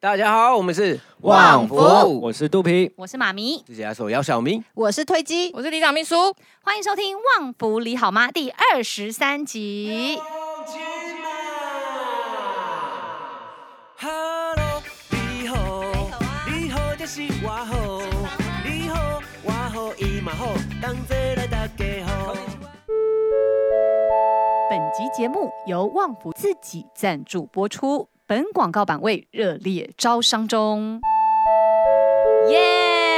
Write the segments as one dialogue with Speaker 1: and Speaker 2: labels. Speaker 1: 大家好，我们是
Speaker 2: 旺福
Speaker 1: 我是肚皮，
Speaker 3: 我是妈咪，
Speaker 1: 自己来手摇小明。
Speaker 2: 我是推机，
Speaker 4: 我是里长秘书，
Speaker 3: 欢迎收听《旺福你好吗》第二十三集。
Speaker 1: 哈喽，你好，你好就是我好，你好我好伊嘛好，同齐来大家好。
Speaker 3: 本集节目由旺福自己赞助播出，本广告版位热烈招商中。耶、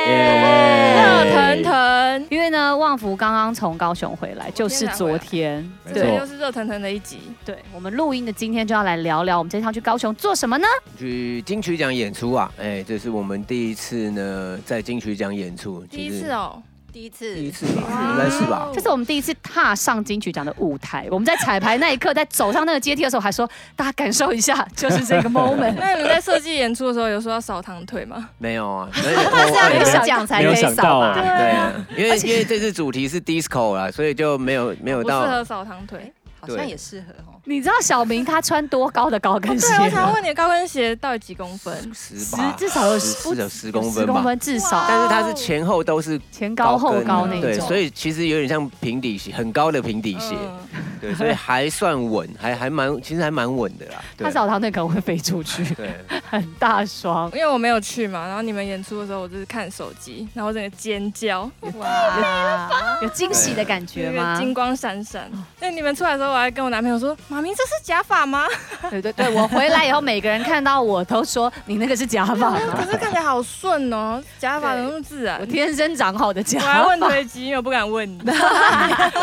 Speaker 3: 哎
Speaker 4: 热
Speaker 1: 耶
Speaker 4: 腾腾，
Speaker 3: 因为呢，旺福刚刚从高雄回来，就是昨天。
Speaker 1: 没
Speaker 4: 对，
Speaker 1: 错
Speaker 4: 又是热腾腾的一集。
Speaker 3: 对，我们录音的今天就要来聊聊我们这趟去高雄做什么呢？
Speaker 1: 去金曲奖演出啊，哎，这是我们第一次呢在金曲奖演出，
Speaker 4: 第一
Speaker 1: 其实
Speaker 4: 次哦，
Speaker 2: 第一
Speaker 1: 第一
Speaker 2: 次
Speaker 1: 次吧，应该是吧
Speaker 4: 哇哦。
Speaker 3: 这是我们第一次踏上金曲奖的舞台。我们在彩排那一刻，在走上那个阶梯的时候，还说大家感受一下，就是这个 moment。
Speaker 4: 那你们在设计演出的时候，有说要扫堂腿吗？
Speaker 1: 没有啊， 那是
Speaker 3: 这样
Speaker 2: 没
Speaker 3: 有
Speaker 2: 想
Speaker 3: 奖才
Speaker 5: 没有
Speaker 3: 可以
Speaker 5: 想
Speaker 3: 扫
Speaker 5: 到
Speaker 3: 吧？
Speaker 5: 哎
Speaker 1: 对啊，因为因为这次主题是 disco 啦，所以就没有没有
Speaker 4: 不适合
Speaker 1: 到
Speaker 4: 扫堂腿。
Speaker 2: 好
Speaker 1: 对
Speaker 2: 像也适合哦。
Speaker 3: 你知道小明他穿多高的高跟鞋
Speaker 4: 对，我想
Speaker 3: 吗？
Speaker 4: 问你的高跟鞋到底几公分？
Speaker 1: 十吧，
Speaker 3: 至少有
Speaker 1: 十有十公
Speaker 3: 十
Speaker 1: 分吧
Speaker 3: 公，分至少
Speaker 4: 哇，
Speaker 1: 但是它是前后都是
Speaker 3: 前高后
Speaker 1: 跟
Speaker 3: 高
Speaker 1: 的
Speaker 3: 那
Speaker 1: 对，
Speaker 3: 种。
Speaker 1: 所以其实有点像平底鞋，很高的平底鞋，
Speaker 4: 嗯
Speaker 1: 对，所以还算稳，还还蛮，其实还蛮稳的啦。对啊
Speaker 3: 他，扫堂腿可能会飞出去，
Speaker 1: 对，
Speaker 3: 很大双。
Speaker 4: 因为我没有去嘛，然后你们演出的时候，我就是看手机，然后我整个尖叫，
Speaker 3: 哇，有惊喜的感觉
Speaker 4: 那
Speaker 3: 吗
Speaker 4: 个？金光闪闪。那你们出来的时候，我还跟我男朋友说：“妈咪，这是假发吗？
Speaker 3: 对对对，我回来以后，每个人看到我都说你那个是假发
Speaker 4: 可
Speaker 3: 吗？
Speaker 4: 是看起来好顺哦，假发怎么那么自然
Speaker 3: 我？”天生长好的假
Speaker 4: 我还
Speaker 3: 发。
Speaker 4: 问推机，因为我不敢问 你。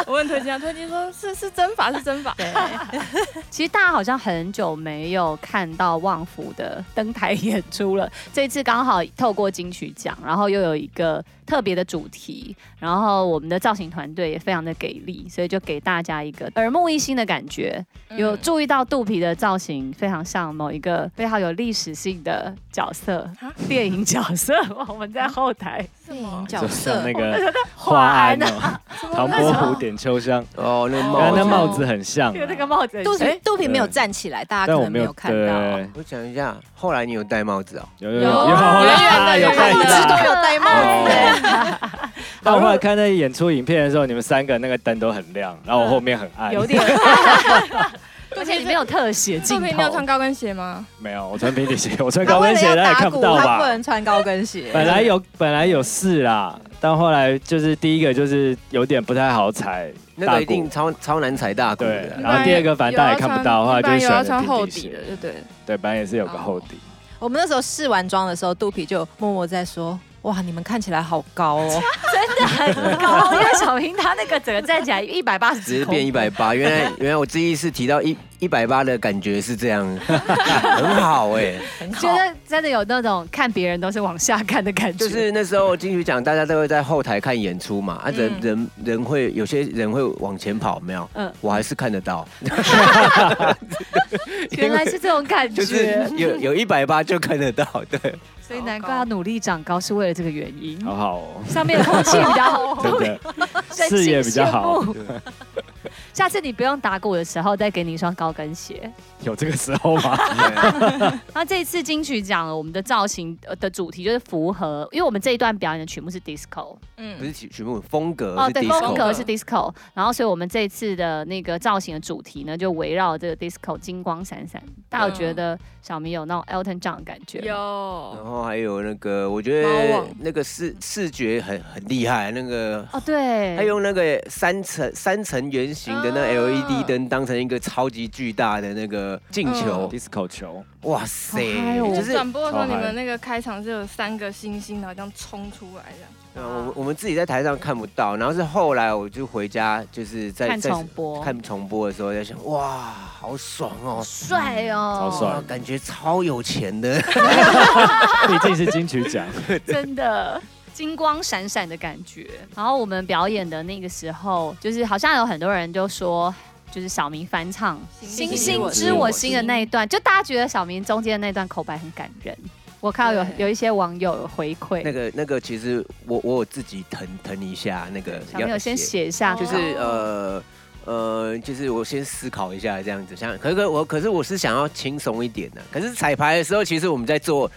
Speaker 4: 我问推机，推机说是是真法，是真法。
Speaker 3: 对，其实大家好像很久没有看到旺福的登台演出了。这次刚好透过金曲奖，然后又有一个特别的主题，然后我们的造型团队也非常的给力，所以就给大家一个耳目一新的感觉。有
Speaker 4: 嗯
Speaker 3: 注意到肚皮的造型非常像某一个非常有历史性的角色
Speaker 4: 啊，
Speaker 3: 电影角色。 我们在后台，
Speaker 4: 什么？
Speaker 2: 角
Speaker 5: 像
Speaker 2: 色
Speaker 5: 那个华安哦，唐伯
Speaker 3: 那
Speaker 5: 虎
Speaker 3: 种
Speaker 5: 点秋香，
Speaker 1: 哦，那
Speaker 5: 然后
Speaker 1: 帽
Speaker 5: 那
Speaker 1: 子，
Speaker 5: 帽子很像
Speaker 3: 有那
Speaker 5: 啊，
Speaker 3: 个帽子很像，
Speaker 2: 肚
Speaker 4: 哎
Speaker 2: 皮肚皮没有
Speaker 5: 对
Speaker 2: 站起来，大家
Speaker 5: 但
Speaker 2: 可
Speaker 5: 我
Speaker 2: 能没
Speaker 5: 没有
Speaker 2: 有看到。
Speaker 5: 对
Speaker 1: 我想一下，后来你有戴帽子哦，
Speaker 5: 有有
Speaker 4: 有
Speaker 5: 有有
Speaker 4: 啊
Speaker 5: 啦，
Speaker 4: 圆圆
Speaker 5: 有
Speaker 4: 的
Speaker 5: 看
Speaker 4: 圆圆
Speaker 5: 到
Speaker 4: 的。
Speaker 2: 有戴
Speaker 5: 哦但我后来看那演出影片的时候，你们三个那个灯都很亮，然后我后面很暗。
Speaker 3: 有点，而且里面有特写
Speaker 4: 杜
Speaker 3: 镜
Speaker 4: 平，你有穿
Speaker 3: 头。
Speaker 4: 高跟鞋吗？
Speaker 5: 没有？我穿平底鞋，我 穿高跟鞋，大家也看不到
Speaker 2: 他不
Speaker 5: 吧？
Speaker 2: 能穿高跟鞋。
Speaker 5: 本来有本来有事啦，但后来就是第一个就是有点不太好踩
Speaker 1: 那
Speaker 5: 大
Speaker 1: 个一定
Speaker 5: 鼓，
Speaker 1: 超超难踩大鼓
Speaker 5: 对
Speaker 1: 的，
Speaker 5: 然后第二个反正大家也看不到，后来
Speaker 4: 一
Speaker 5: 就
Speaker 4: 般有要
Speaker 5: 选了
Speaker 4: 穿厚
Speaker 5: 平
Speaker 4: 底
Speaker 5: 底鞋
Speaker 4: 的，。就对了。
Speaker 5: 对，本来也是有个厚底。
Speaker 2: 我们那时候试完妆的时候，肚皮就默默在说：“哇，你们看起来好高哦。
Speaker 3: 真的很高，因为小明他那个整个站起来一百八十，
Speaker 1: 直接变一百八。原 来原来我第一次提到一一百八的感觉是这样， 很好哎、”
Speaker 2: 很好
Speaker 3: 觉得真的有那种看别人都是往下看的感觉，
Speaker 1: 就是那时候金曲奖，大家都会在后台看演出嘛，啊人、
Speaker 4: 嗯
Speaker 1: 人人会有些人会往前跑，没有，
Speaker 3: 嗯
Speaker 1: 我还是看得到，
Speaker 3: 原来是这种感觉，
Speaker 1: 就是有有一百八就看得到，对，
Speaker 3: 所以难怪要努力长高是为了这个原因。
Speaker 5: 好好哦，
Speaker 3: 上面的空气比较好，
Speaker 5: 真的
Speaker 3: 人
Speaker 5: 视野比较好
Speaker 3: 羡。慕。下次你不用打鼓的时候，再给你一双高跟鞋。
Speaker 5: 有这个时候吗？
Speaker 3: 那这一次金曲奖，我们的造型呃的主题就是符合，因为我们这一段表演的曲目是 disco，
Speaker 1: 不
Speaker 4: 嗯，
Speaker 1: 是曲曲目风格
Speaker 3: 哦，
Speaker 1: 是
Speaker 3: 对，风
Speaker 1: disco，
Speaker 3: 格是 disco，然后所以我们这一次的那个造型的主题呢，就围绕这个 disco 金光闪闪。大家有
Speaker 1: 嗯
Speaker 3: 觉得小明有那种 Elton John 的感觉？。
Speaker 1: 然
Speaker 3: 哦
Speaker 4: 有。
Speaker 1: 后还有那个，我觉
Speaker 4: 猫
Speaker 1: 得
Speaker 4: 王
Speaker 1: 那个视视觉很很厉害，那个。
Speaker 3: 哦，对。
Speaker 1: 他用那个三层三层圆形的那
Speaker 4: 啊
Speaker 1: LED 灯当成一个超级巨大的那个进嗯球，
Speaker 5: disco 球，
Speaker 1: 哇塞
Speaker 3: 嗯好嗨！哦
Speaker 1: 就
Speaker 4: 就是是转播的时候，
Speaker 5: 超
Speaker 4: 你
Speaker 5: 嗨
Speaker 4: 们那个开场是有三个星星，然后这样冲出来这样。
Speaker 1: 嗯我们我们自己在台上看不到，然后是后来我就回家，就是在
Speaker 3: 看
Speaker 1: 在
Speaker 3: 重播，
Speaker 1: 看重播的时候在想，哇，好爽哦！
Speaker 3: 帅
Speaker 5: 超
Speaker 3: 哦，
Speaker 5: 帅
Speaker 1: 哇，感觉超有钱的，
Speaker 5: 毕竟是金曲奖，
Speaker 3: 真的。金光闪闪的感觉。然后我们表演的那个时候，就是好像有很多人就说，就是小明翻唱《
Speaker 4: 星
Speaker 3: 星
Speaker 4: 星
Speaker 3: 星
Speaker 5: 知
Speaker 3: 知
Speaker 5: 我
Speaker 3: 我心》的那一段，就大家觉得小明中间的那段口白很感人。我看到有
Speaker 4: 对
Speaker 3: 有一些网友有回馈，
Speaker 1: 那个那个，其实我我有自己腾腾一下，那个
Speaker 3: 小朋友先写一下，
Speaker 1: 就是呃呃，就是我先思考一下这样子，像可是可我可是我是想要轻松一点的、可是彩排的时候，其实我们在做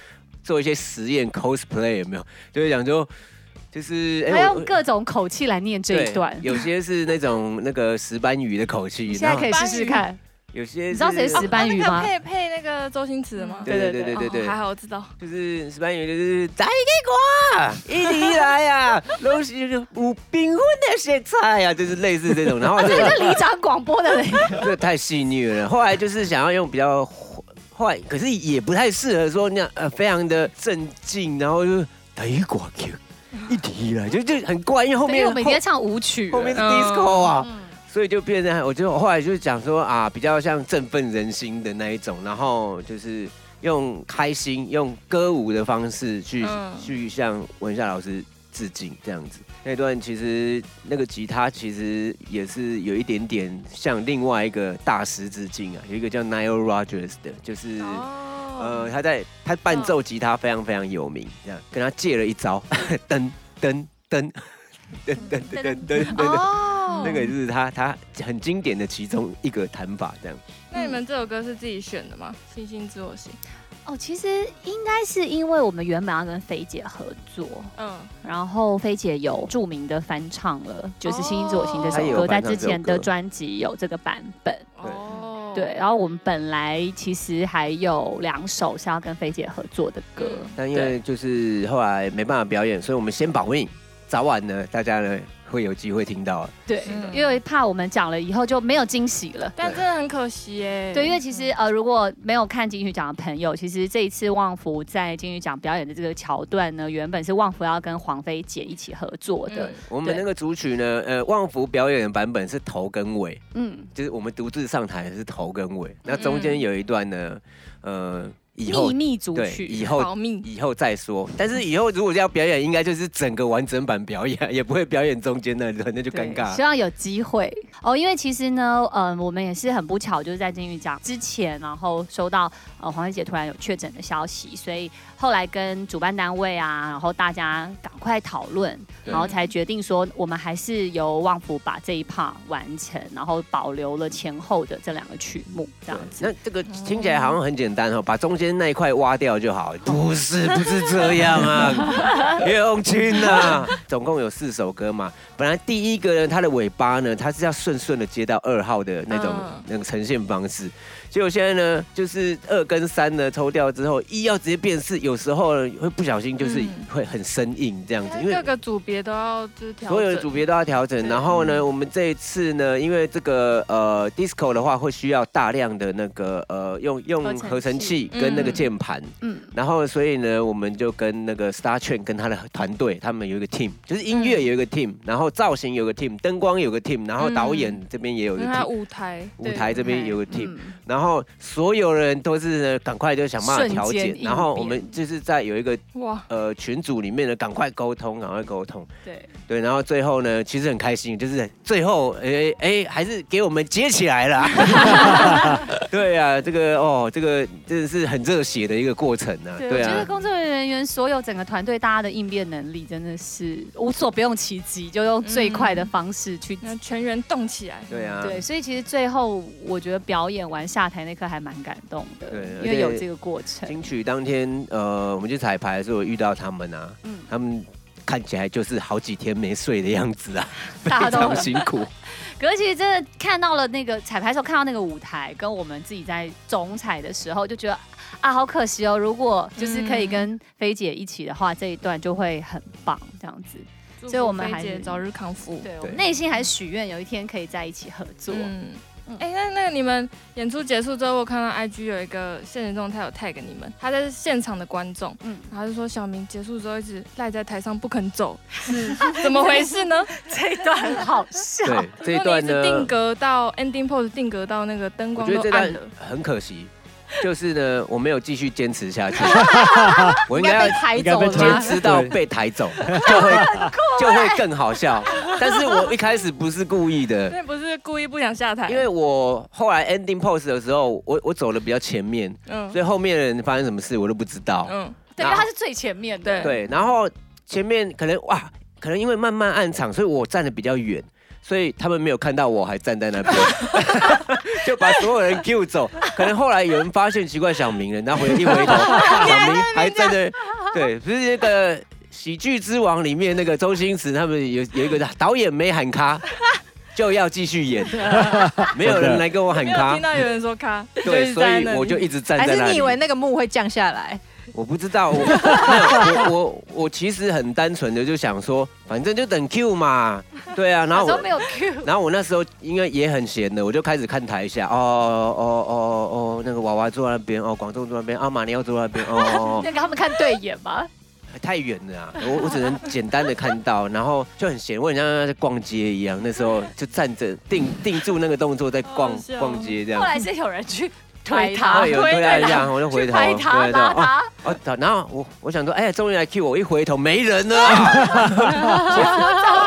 Speaker 1: 做一些实验 cosplay 有没有？就是讲说，就是哎
Speaker 3: 他
Speaker 1: 我
Speaker 3: 用各种口气来念这一
Speaker 1: 对
Speaker 3: 段，
Speaker 1: 有些是那种那个石斑鱼的口气，
Speaker 3: 你现
Speaker 1: 然
Speaker 3: 在
Speaker 1: 后
Speaker 3: 可以试试看。
Speaker 1: 有些
Speaker 3: 你知道谁是石斑鱼吗
Speaker 4: 啊那个配配那个周星驰的
Speaker 2: 嗯
Speaker 4: 吗？
Speaker 1: 对对对对对对
Speaker 4: 哦还好我知道。
Speaker 1: 就是石斑鱼，就是在给我，一起来呀、啊，都是有冰婚的食材呀、啊，就是类似这种。然后这个
Speaker 3: 这里长广播的嘞，
Speaker 1: 这太戏虐了。后来就是想要用比较坏，可是也不太适合说那样呃非常的镇静，然后就雷寡 Q 一提来就就很怪，因为后
Speaker 3: 因为
Speaker 1: 面
Speaker 3: 我们已经在唱舞曲了
Speaker 1: 后后面是 disco 啊。
Speaker 4: 嗯，
Speaker 1: 所以就变成我就后来就是讲说啊，比较像振奋人心的那一种，然后就是用开心、用歌舞的方式去、
Speaker 4: 嗯
Speaker 1: 去向文夏老师致敬，这样子。那段其实那个吉他其实也是有一点点向另外一个大师致敬啊，有一个叫 Nile Rodgers 的，就是、
Speaker 4: 哦，
Speaker 1: 呃他在他伴奏吉他非常非常有名，这样跟他借了一招， 噔噔噔噔噔噔噔噔噔。
Speaker 3: 嗯
Speaker 4: 哦
Speaker 1: 那个就是他他很经典的其中一个弹法，这样。
Speaker 4: 那你们这首歌是自己选的吗？
Speaker 3: 嗯
Speaker 4: 星星知我心。
Speaker 3: 哦，其实应该是因为我们原本要跟菲姐合作，
Speaker 4: 嗯，
Speaker 3: 然后菲姐有著名的翻唱了，就是《星星知我心》这
Speaker 1: 哦她也
Speaker 3: 首
Speaker 1: 有
Speaker 3: 歌，在
Speaker 1: 翻唱
Speaker 3: 之前
Speaker 1: 这首
Speaker 3: 的
Speaker 1: 歌
Speaker 3: 专辑有这个版本。
Speaker 1: 对
Speaker 4: 哦
Speaker 3: 对，然后我们本来其实还有两首是要跟菲姐合作的歌，
Speaker 1: 但因为就是后来没办法表演，所以我们先保密，早晚呢大家呢会有机会听到。
Speaker 3: 对，
Speaker 4: 嗯
Speaker 3: 因为怕我们讲了以后就没有惊喜了。
Speaker 4: 但真的很可惜耶。嗯
Speaker 3: 对，因为其实呃，如果没有看金曲奖的朋友，其实这一次旺福在金曲奖表演的这个桥段呢，原本是旺福要跟黄菲姐一起合作的
Speaker 4: 嗯，
Speaker 1: 我们那个组曲呢，呃，旺福表演的版本是头跟尾，
Speaker 3: 嗯，
Speaker 1: 就是我们独自上台是头跟尾，那中间有一段呢，呃，以后
Speaker 3: 秘密组
Speaker 1: 对
Speaker 3: 曲，
Speaker 1: 以后
Speaker 4: 保密。
Speaker 1: 以后再说。但是以后如果要表演，应该就是整个完整版表演， 也不会表演中间那段，那就
Speaker 3: 对
Speaker 1: 尴尬
Speaker 3: 希。望有机会哦，因为其实呢，嗯、我们也是很不巧，就是在金曲奖之前，然后收到呃黄菲姐突然有确诊的消息，所以后来跟主办单位啊，然后大家赶快讨论，
Speaker 1: 对
Speaker 3: 然后才决定说，我们还是由旺福把这一 part 完成，然后保留了前后的这两个曲目，这样子。
Speaker 1: 那这个听起来好像很简单哦，把中间那一块挖掉就 好。不是，不是这样啊，用心啊！总共有四首歌嘛，本来第一个呢，它的尾巴呢，它是要顺顺的接到二号的那种、
Speaker 4: 嗯
Speaker 1: 那个呈现方式。结果现在呢，就是二跟三呢抽掉之后，一要直接变四，有时候呢会不小心就是
Speaker 4: 嗯
Speaker 1: 会很生硬这样子，因为
Speaker 4: 各个组别都要就是调整。
Speaker 1: 所有的组别都要调整。
Speaker 4: 对
Speaker 1: 然后呢，我们这一次呢，因为这个呃 disco 的话，会需要大量的那个呃用用合
Speaker 3: 合
Speaker 1: 成
Speaker 3: 成
Speaker 1: 器
Speaker 3: 器
Speaker 1: 跟那个
Speaker 4: 嗯
Speaker 1: 键盘。
Speaker 3: 嗯，
Speaker 1: 然后，所以呢，我们就跟那个 Star Train 跟他的团队，他们有一个 team，就是音乐有一个 team，、然后造型有个 team，灯光有个 team，然后导演这边也有一个
Speaker 4: 因为它
Speaker 1: team，、
Speaker 4: 舞台
Speaker 1: 舞台这边
Speaker 3: 对
Speaker 1: 有个 team，、
Speaker 3: 嗯
Speaker 1: 然后所有人都是呢，赶快就想办法调
Speaker 3: 瞬
Speaker 1: 解
Speaker 3: 间，应
Speaker 1: 然后我
Speaker 3: 变
Speaker 1: 们就是在有一个
Speaker 4: 哇，
Speaker 1: 呃群组里面呢，赶快沟通，赶快沟通。
Speaker 3: 对，
Speaker 1: 对，然后最后呢，其实很开心，就是最后，哎哎，还是给我们接起来了。 对啊，这个哦，这个真的是很热血的一个过程啊。
Speaker 3: 我
Speaker 1: 对
Speaker 3: 觉得
Speaker 1: 啊，
Speaker 3: 工作人员所有整个团队大家的应变能力真的是无所不用其极，就用最快
Speaker 1: 嗯
Speaker 3: 的方式去。
Speaker 4: 那全员动起来。
Speaker 1: 对啊，
Speaker 3: 对，所以其实最后我觉得表演完下台那刻还蛮感动的，
Speaker 1: 对而
Speaker 3: 因
Speaker 1: 且
Speaker 3: 为有这个过程。
Speaker 1: 金曲当天，呃，我们去彩排的时候遇到他们啊，
Speaker 3: 嗯
Speaker 1: 他们看起来就是好几天没睡的样子啊，
Speaker 3: 大
Speaker 1: 非
Speaker 3: 家都
Speaker 1: 常
Speaker 3: 很
Speaker 1: 辛 苦。
Speaker 3: 可是其实真的看到了那个彩排的时候，看到那个舞台，跟我们自己在总彩的时候，就觉得啊，好可惜哦。如果就是可以跟菲姐一起的话，这一段就会很棒，这样子。嗯所以我们
Speaker 4: 祝福
Speaker 3: 还
Speaker 4: 菲姐
Speaker 3: 是
Speaker 4: 早日康复。
Speaker 3: 对，我
Speaker 1: 对
Speaker 3: 内心还是许愿有一天可以在一起合作。
Speaker 4: 嗯，哎、那那个你们演出结束之后，我看到 IG 有一个现实动态有 tag 你们，他在现场的观众，
Speaker 3: 嗯
Speaker 4: 嗯，然后他就说小明结束之后一直赖在台上不 肯走，是怎么回事呢？
Speaker 3: 这一段 很好笑。
Speaker 1: 对，这一
Speaker 4: 说
Speaker 1: 段
Speaker 4: 你一
Speaker 1: 呢
Speaker 4: 直，定格到 ending pose，定格到那个灯
Speaker 1: 我
Speaker 4: 光
Speaker 1: 觉得
Speaker 4: 都
Speaker 1: 这
Speaker 4: 暗
Speaker 1: 段
Speaker 4: 了，
Speaker 1: 很可惜，就是呢，我没有继续坚持 下去， 我应
Speaker 3: 应
Speaker 1: 该
Speaker 3: 该
Speaker 1: 要
Speaker 3: 被抬
Speaker 5: 应该
Speaker 3: 走
Speaker 5: 被
Speaker 3: 了
Speaker 5: 推
Speaker 1: 坚
Speaker 3: 吗？
Speaker 1: 持到被抬走，就会就会更好笑。但是我一开始不是故意的，
Speaker 4: 那不是故意不想下台，
Speaker 1: 因为我后来 ending pose 的时候，我我走的比较前面，
Speaker 4: 嗯
Speaker 1: 所以后面的人发生什么事我都不知道。
Speaker 4: 嗯，
Speaker 3: 对，因为他是最前面的。
Speaker 4: 对
Speaker 1: 对，然后前面可能哇，可能因为慢慢暗场，所以我站的比较远。所以他们没有看到我还站在那边， 就把所有人 Q 走。可能后来有人发现奇怪小明了，然后回一回 头，小明还站在，对，不是那个《喜剧之王》里面那个周星驰他们有有一个导演没喊卡。就要继续 演，没有人来跟我喊
Speaker 4: 没有
Speaker 1: 卡
Speaker 4: 听，到有人说咔，就一
Speaker 1: 对，
Speaker 4: 直
Speaker 1: 所
Speaker 4: 在
Speaker 1: 以
Speaker 4: 那里
Speaker 1: 我就一直站
Speaker 2: 还
Speaker 1: 在那
Speaker 2: 是
Speaker 1: 里。
Speaker 2: 你以为那个幕会降下来？
Speaker 1: 我不知道，我 没有我我我其实很单纯的就想说，反正就等 Q 嘛，对啊，然后
Speaker 3: 那时
Speaker 1: 我
Speaker 3: 候没有 Q，
Speaker 1: 然后我那时候因为也很闲的，我就开始看台下，哦哦哦哦，那个娃娃坐在那边，哦广仲坐那边，阿玛尼奥坐那边，哦哦哦，
Speaker 3: 那个他们看对眼嘛，
Speaker 1: 太远了啊，我我只能简单的看到，然后就很闲，我很像在逛街一样，那时候就站着定定住那个动作在逛
Speaker 4: 好笑
Speaker 1: 逛街这样
Speaker 3: 后。来是有人去
Speaker 4: 推
Speaker 3: 推
Speaker 4: 他
Speaker 3: 他，
Speaker 1: 然后有人推他一下，我就回头，
Speaker 3: 去拍他
Speaker 1: 对对
Speaker 3: 拉
Speaker 1: 哦
Speaker 3: 他，
Speaker 1: 哦，然后我我想说，哎，终于来 Q 我，一回头没人了 啊，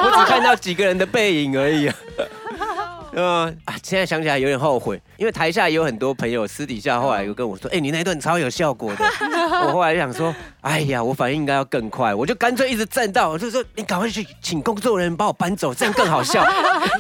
Speaker 1: 我只看到几个人的背影而已啊。 嗯啊，现在想起来有点后悔，因为台下有很多朋友私底下后来又跟我说，哎、你那一段超有效果的。我后来就想说，哎呀，我反应应该要更快，我就干脆一直站到，我就说你赶快去请工作人员把我搬走，这样更好笑。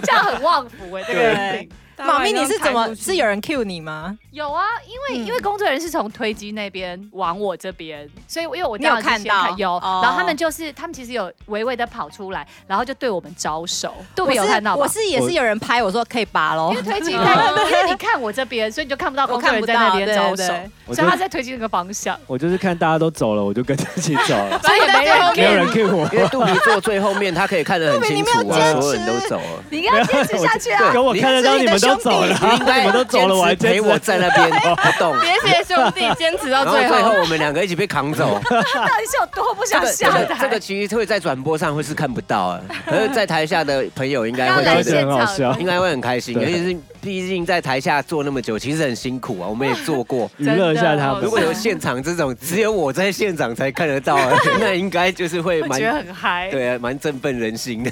Speaker 3: 这样很旺福哎，这个人
Speaker 2: 对
Speaker 3: 品。
Speaker 2: 妈咪，你是怎么是有
Speaker 4: 人
Speaker 2: 人 cue 你吗？
Speaker 3: 有啊，因为、
Speaker 2: 嗯
Speaker 3: 因为工作人员是从推机那边往我这边，所以因为我
Speaker 2: 你有
Speaker 3: 当然是先
Speaker 2: 看到
Speaker 3: 有，
Speaker 2: 哦
Speaker 3: 然后他们就是他们其实有微微的跑出来，然后就对我们招手，杜比
Speaker 2: 是
Speaker 3: 有看到吧
Speaker 2: 我？是也是有人 拍我说可以拔喽
Speaker 3: 因为，推 机在，因为你看我这边，所以你就看不到工作人员在那边
Speaker 2: 我看
Speaker 3: 招
Speaker 2: 不到
Speaker 3: 手
Speaker 2: 对，
Speaker 5: 对
Speaker 3: 所以他在推机那个方向，
Speaker 5: 我就是看大家都走了，我就跟着一起走 了
Speaker 3: ，所以也没人
Speaker 5: 没有
Speaker 3: 给
Speaker 5: 人 Q 我，
Speaker 1: 因为肚皮坐最后面，他可以看得很清楚啊，所有人都走了。
Speaker 3: 你要坚持下去啊！
Speaker 5: 跟我看得到你们都走了，
Speaker 1: 你应该
Speaker 5: 你们都走了，我还
Speaker 1: 坚持陪
Speaker 5: 坚持
Speaker 1: 我在那边 不动。
Speaker 4: 别结兄弟坚持到
Speaker 1: 然后
Speaker 4: 最
Speaker 1: 哦最后
Speaker 4: 后，
Speaker 1: 我们两个一起被扛 走，
Speaker 3: 到底是有多不
Speaker 1: 这
Speaker 3: 想
Speaker 1: 个这
Speaker 3: 下
Speaker 1: 个这
Speaker 3: 台
Speaker 1: 个？其实会在转播上会是看不到 啊，可是在台下的朋友应该会
Speaker 5: 我当
Speaker 1: 觉
Speaker 5: 时
Speaker 1: 得
Speaker 5: 很好笑，
Speaker 1: 应该会很开心，尤
Speaker 5: 对
Speaker 1: 其是毕竟在台下坐那么久，其实很辛苦啊，我们也做 过。
Speaker 5: 娱乐一下他们
Speaker 1: 如。果有现场这种只有我在现场才看得 到啊，那应该就是 会
Speaker 3: 我觉得
Speaker 1: 蛮
Speaker 3: 很嗨。
Speaker 1: 对啊，蛮振奋人心的。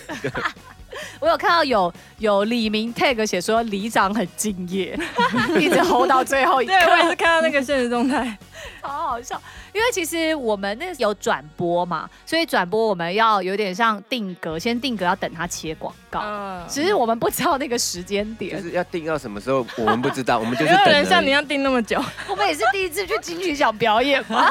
Speaker 3: 我有看到有有李明 tag 写说里长很敬业， 一直 hold 到最后一刻
Speaker 4: 对，我也是看到那个现实动 态，
Speaker 3: 好好笑，因为其实我们那有转播嘛，所以转播我们要有点像定格，先定格要等它切广告，
Speaker 4: 嗯，
Speaker 3: 只是我们不知道那个时间
Speaker 1: 就
Speaker 3: 点。
Speaker 1: 是要定到什么时候，我们不知道，我们就
Speaker 4: 没
Speaker 1: 是
Speaker 4: 有
Speaker 1: 等而
Speaker 4: 人
Speaker 1: 已。
Speaker 4: 像你一样盯那么久，
Speaker 3: 我们也是第一次去金曲奖表演嘛，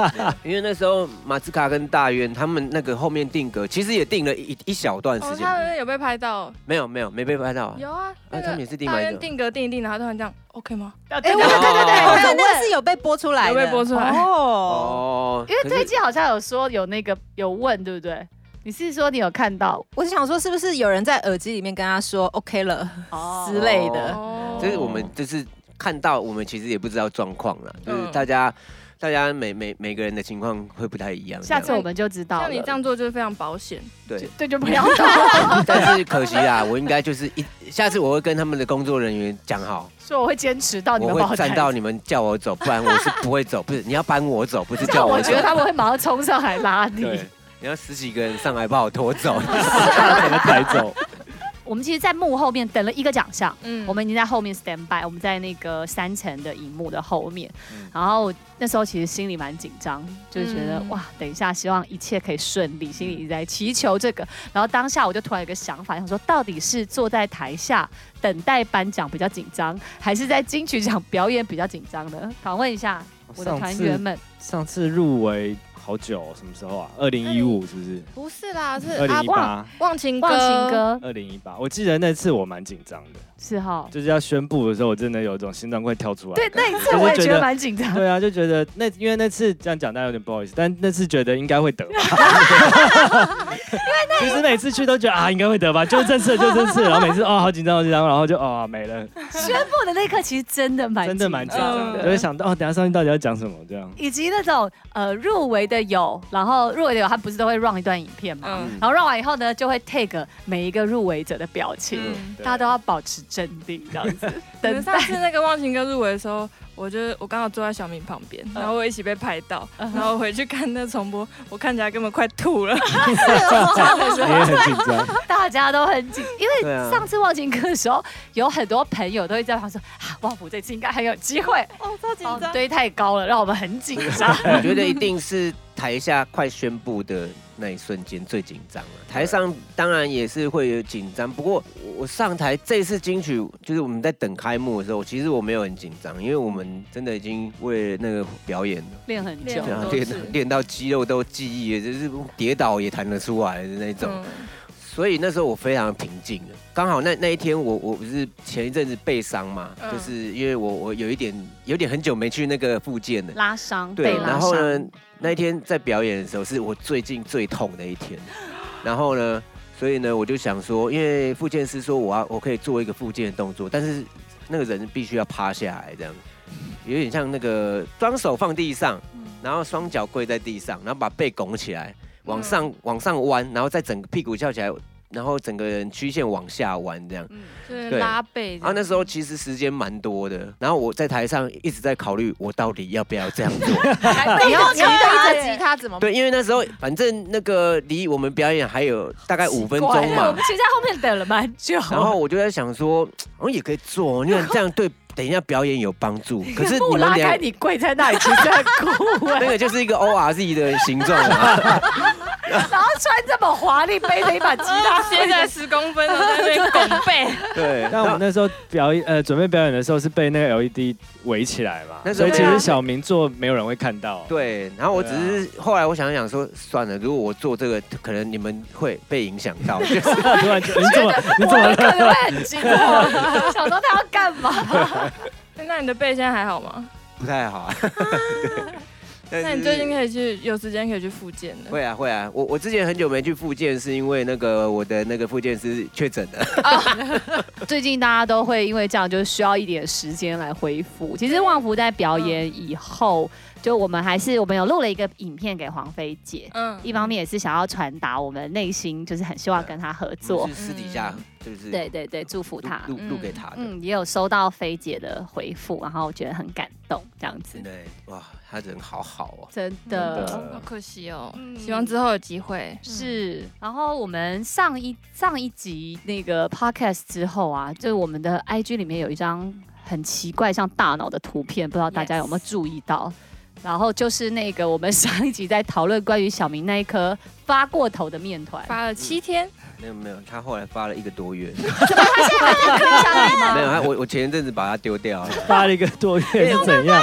Speaker 1: 因为那时候马自卡跟大渊他们那个后面定格，其实也定了一一小段时
Speaker 4: 哦，
Speaker 1: 间
Speaker 4: 他，们有被拍到，
Speaker 1: 没有没有没被拍到啊，
Speaker 4: 有啊，
Speaker 1: 啊
Speaker 4: 那
Speaker 1: 他们也
Speaker 4: 个
Speaker 1: 是定
Speaker 4: 大
Speaker 1: 完
Speaker 4: 渊
Speaker 1: 的。
Speaker 4: 定格定一定，然后突然这样 ，OK 吗？
Speaker 3: 哎、
Speaker 2: 哎，我
Speaker 1: 哦
Speaker 2: 对对对，
Speaker 1: 哦
Speaker 2: 我
Speaker 3: 想
Speaker 2: 看那个
Speaker 3: 问。
Speaker 2: 是有被播出来
Speaker 4: 有
Speaker 2: 的，
Speaker 4: 被播出来
Speaker 2: 哦。
Speaker 1: 哦，
Speaker 3: 因为
Speaker 1: 可是
Speaker 3: 推荐好像有说有那个有问，对不对？你是说你有看到
Speaker 2: 我是想说，是不是有人在耳机里面跟他说 OK 了之类的？
Speaker 4: 哦
Speaker 1: 就是我们就是看到，我们其实也不知道状况啦，就是
Speaker 4: 嗯
Speaker 1: 大家大家每每每个人的情况会不太一样这
Speaker 3: 下
Speaker 1: 样。
Speaker 3: 次我们就知道了。
Speaker 4: 像你这样做就是非常保险，
Speaker 1: 对，
Speaker 3: 对就不要 动，
Speaker 1: 但是可惜啦， 我应该就是一下次我会跟他们的工作人员讲好，
Speaker 3: 所以我会坚持到哦你
Speaker 1: 我
Speaker 3: 们把
Speaker 1: 会
Speaker 3: 我
Speaker 1: 站到你们叫我走，不然我是不会走，不是你要搬我走，不是
Speaker 3: 这样
Speaker 1: 叫
Speaker 3: 我
Speaker 1: 我
Speaker 3: 觉
Speaker 1: 走
Speaker 3: 得，他们会马上冲上来拉你。
Speaker 5: 对，
Speaker 1: 你要十几个人上来把我拖 走。
Speaker 5: 把他抬走，
Speaker 3: 我们其实，在幕后面等了一个奖项，
Speaker 4: 嗯
Speaker 3: 我们已经在后面 stand by，我们在那个三层的荧幕的后面。
Speaker 5: 嗯
Speaker 3: 然后那时候其实心里蛮紧张，就是觉得、
Speaker 4: 嗯
Speaker 3: 哇，等一下希望一切可以顺利，
Speaker 1: 嗯
Speaker 3: 心里一直在祈求这个。然后当下我就突然有个想法，想说到底是坐在台下等待颁奖比较紧张，还是在金曲奖表演比较紧张呢？访问一下 我的团员们，
Speaker 5: 上次入围好久哦，什么时候啊？二零一
Speaker 3: 哎
Speaker 5: 五是不是？
Speaker 4: 不是啦，是
Speaker 5: 二零
Speaker 4: 阿
Speaker 5: 一
Speaker 4: 旺
Speaker 3: 啊
Speaker 5: 八，
Speaker 4: 啊忘情歌，
Speaker 3: 忘情歌
Speaker 5: 二零一八。我记得那次我蛮紧张的，
Speaker 3: 是哈，
Speaker 5: 就是要宣布的时候，我真的有一种心脏快跳出来。
Speaker 3: 对，那一次
Speaker 5: 就是
Speaker 3: 我也
Speaker 5: 觉
Speaker 3: 觉得
Speaker 5: 得
Speaker 3: 蛮紧 张。
Speaker 5: 对啊，就觉得那因为那次这样讲大家有点不好意思，但那次觉得应该会 得吧。 其实每次去都觉得啊应该会得吧，就这 次就这次，然后每次哦好紧张好紧张，然后就哦没了，
Speaker 3: 宣布的那一刻，其实真的蛮
Speaker 5: 真的蛮紧张的，
Speaker 4: 嗯
Speaker 5: 就会想到哦等一下上去到底要讲什么 这样。
Speaker 3: 以及那种呃入围的有，然后入围的有，他不是都会 run 一段影片嘛，
Speaker 4: 嗯
Speaker 3: 然后 run 完以后呢，就会 tag 每一个入围者的表情。
Speaker 4: 嗯。
Speaker 5: 对
Speaker 3: 大家都要保持镇定，这样子
Speaker 4: 可是
Speaker 3: 等
Speaker 4: 上
Speaker 3: 待。
Speaker 4: 次那个忘情歌入围的时候，我就是我刚好坐在小明旁边，然后我一起被拍到，
Speaker 3: 嗯
Speaker 4: 然后我回去看那重播，我看起来根本快吐了。
Speaker 5: 你也很紧张，
Speaker 3: 大家都很紧，因为
Speaker 1: 对啊
Speaker 3: 上次忘情歌的时候，有很多朋友都会在旁说啊，旺福这次应该很有机会，
Speaker 4: 哦，超 紧
Speaker 3: 哦，堆太高了，让我们很紧张。
Speaker 1: 我觉得一定是台下快宣布的那一瞬间最紧张了，啊台上当然也是会有紧张，不过我我上台这次金曲就是我们在等开幕的时候，其实我没有很紧张，因为我们真的已经为了那个表演
Speaker 3: 练很久
Speaker 4: 练很
Speaker 1: 啊
Speaker 4: 多
Speaker 1: 练
Speaker 4: 次
Speaker 1: 练到肌肉都记忆了，就是跌倒也弹得出来的那种。
Speaker 4: 嗯，
Speaker 1: 所以那时候我非常平静的，刚好那那一天我我不是前一阵子被伤嘛，
Speaker 4: 嗯
Speaker 1: 就是因为我我有一点有点很久没去那个复健了，
Speaker 3: 拉伤，
Speaker 1: 对，
Speaker 3: 被拉伤
Speaker 1: 然后呢，那一天在表演的时候是我最近最痛的一天，然后呢，所以呢我就想说，因为复健师说我要我可以做一个复健的动作，但是那个人必须要趴下来这样，有点像那个双手放地上，
Speaker 3: 嗯
Speaker 1: 然后双脚跪在地上，然后把背拱起来，
Speaker 3: 嗯
Speaker 1: 往上、往上弯，然后再整个屁股翘起来，然后整个人曲线往下弯这样。
Speaker 4: 就是
Speaker 1: 对
Speaker 4: 拉背
Speaker 1: 然
Speaker 4: 这
Speaker 1: 后
Speaker 4: 样。
Speaker 1: 那时候其实时间蛮多的，然后我在台上一直在考虑我到底要不要这样做。
Speaker 2: 你要欸你背着吉他怎么办？
Speaker 1: 对，因为那时候反正那个离我们表演还有大概五分
Speaker 3: 对
Speaker 1: 钟
Speaker 3: 我
Speaker 1: 嘛
Speaker 3: 们，其实在后面等了蛮久，
Speaker 1: 然后我就在想说，好像也可以做哦，因为这样对等一下表演有帮 助。可是
Speaker 3: 我
Speaker 1: 你们
Speaker 3: 拉
Speaker 1: 俩
Speaker 3: 开你跪在那里，其实在哭哎
Speaker 1: 那，个就是一个 O R Z 的形状啊 嘛，
Speaker 3: 然后穿这么华丽，背着一把吉他，
Speaker 4: 接在十公分，然后在那边 拱背，
Speaker 1: 对。
Speaker 5: 但我们那时候表演呃准备表演的时候是被那个 LED 围起来嘛，
Speaker 1: 那时
Speaker 5: 所
Speaker 1: 候
Speaker 5: 以其
Speaker 4: 对啊
Speaker 5: 实小明做没有人会看到。
Speaker 1: 对，然后我只是后来我想想说，算了，如果我做这个，可能你们会被影响 到，就是
Speaker 5: 突然觉得你 怎么你怎么了？
Speaker 3: 可能会很惊惑，想说他要干嘛？
Speaker 4: 那你的背现在还好吗？
Speaker 1: 不太 好啊。对但
Speaker 4: 那
Speaker 1: 是
Speaker 4: 你最近可以去，有时间可以去复健的。
Speaker 1: 会啊会啊，我我之前很久没去复健，是因为那个我的那个复健师确诊了。
Speaker 3: 最近大家都会因为这样，就需要一点时间来恢复。其实旺福在表演以后，就我们还是我们有录了一个影片给黄飞姐，
Speaker 4: 嗯，
Speaker 3: 一方面也是想要传达我们内心就是很希望跟她合
Speaker 1: 我
Speaker 3: 作
Speaker 1: 是，私底下就是
Speaker 3: 嗯对对对，祝福她。
Speaker 1: 录录录给他的。
Speaker 3: 嗯，也有收到飞姐的回复，然后我觉得很感动，这样子
Speaker 1: 真，的欸哇，他人好好哦、
Speaker 3: 真的。
Speaker 5: 真的
Speaker 4: 好可惜哦，
Speaker 2: 嗯
Speaker 4: 希望之后有机会。
Speaker 3: 是，然后我们上一上一集那个 podcast 之后啊，就是我们的 IG 里面有一张很奇怪像大脑的图片，不知道大家有没有注意到然后就是那个我们上一集在讨论关于小明那一颗发过头的面团，
Speaker 4: 发了
Speaker 1: 嗯
Speaker 4: 七天，
Speaker 1: 没有没有，他后来发了一个多月，
Speaker 3: 有印象里
Speaker 1: 没有
Speaker 3: 吗？
Speaker 1: 他我我前一阵子把他丢掉 了。
Speaker 5: 发了一个 多月是怎样？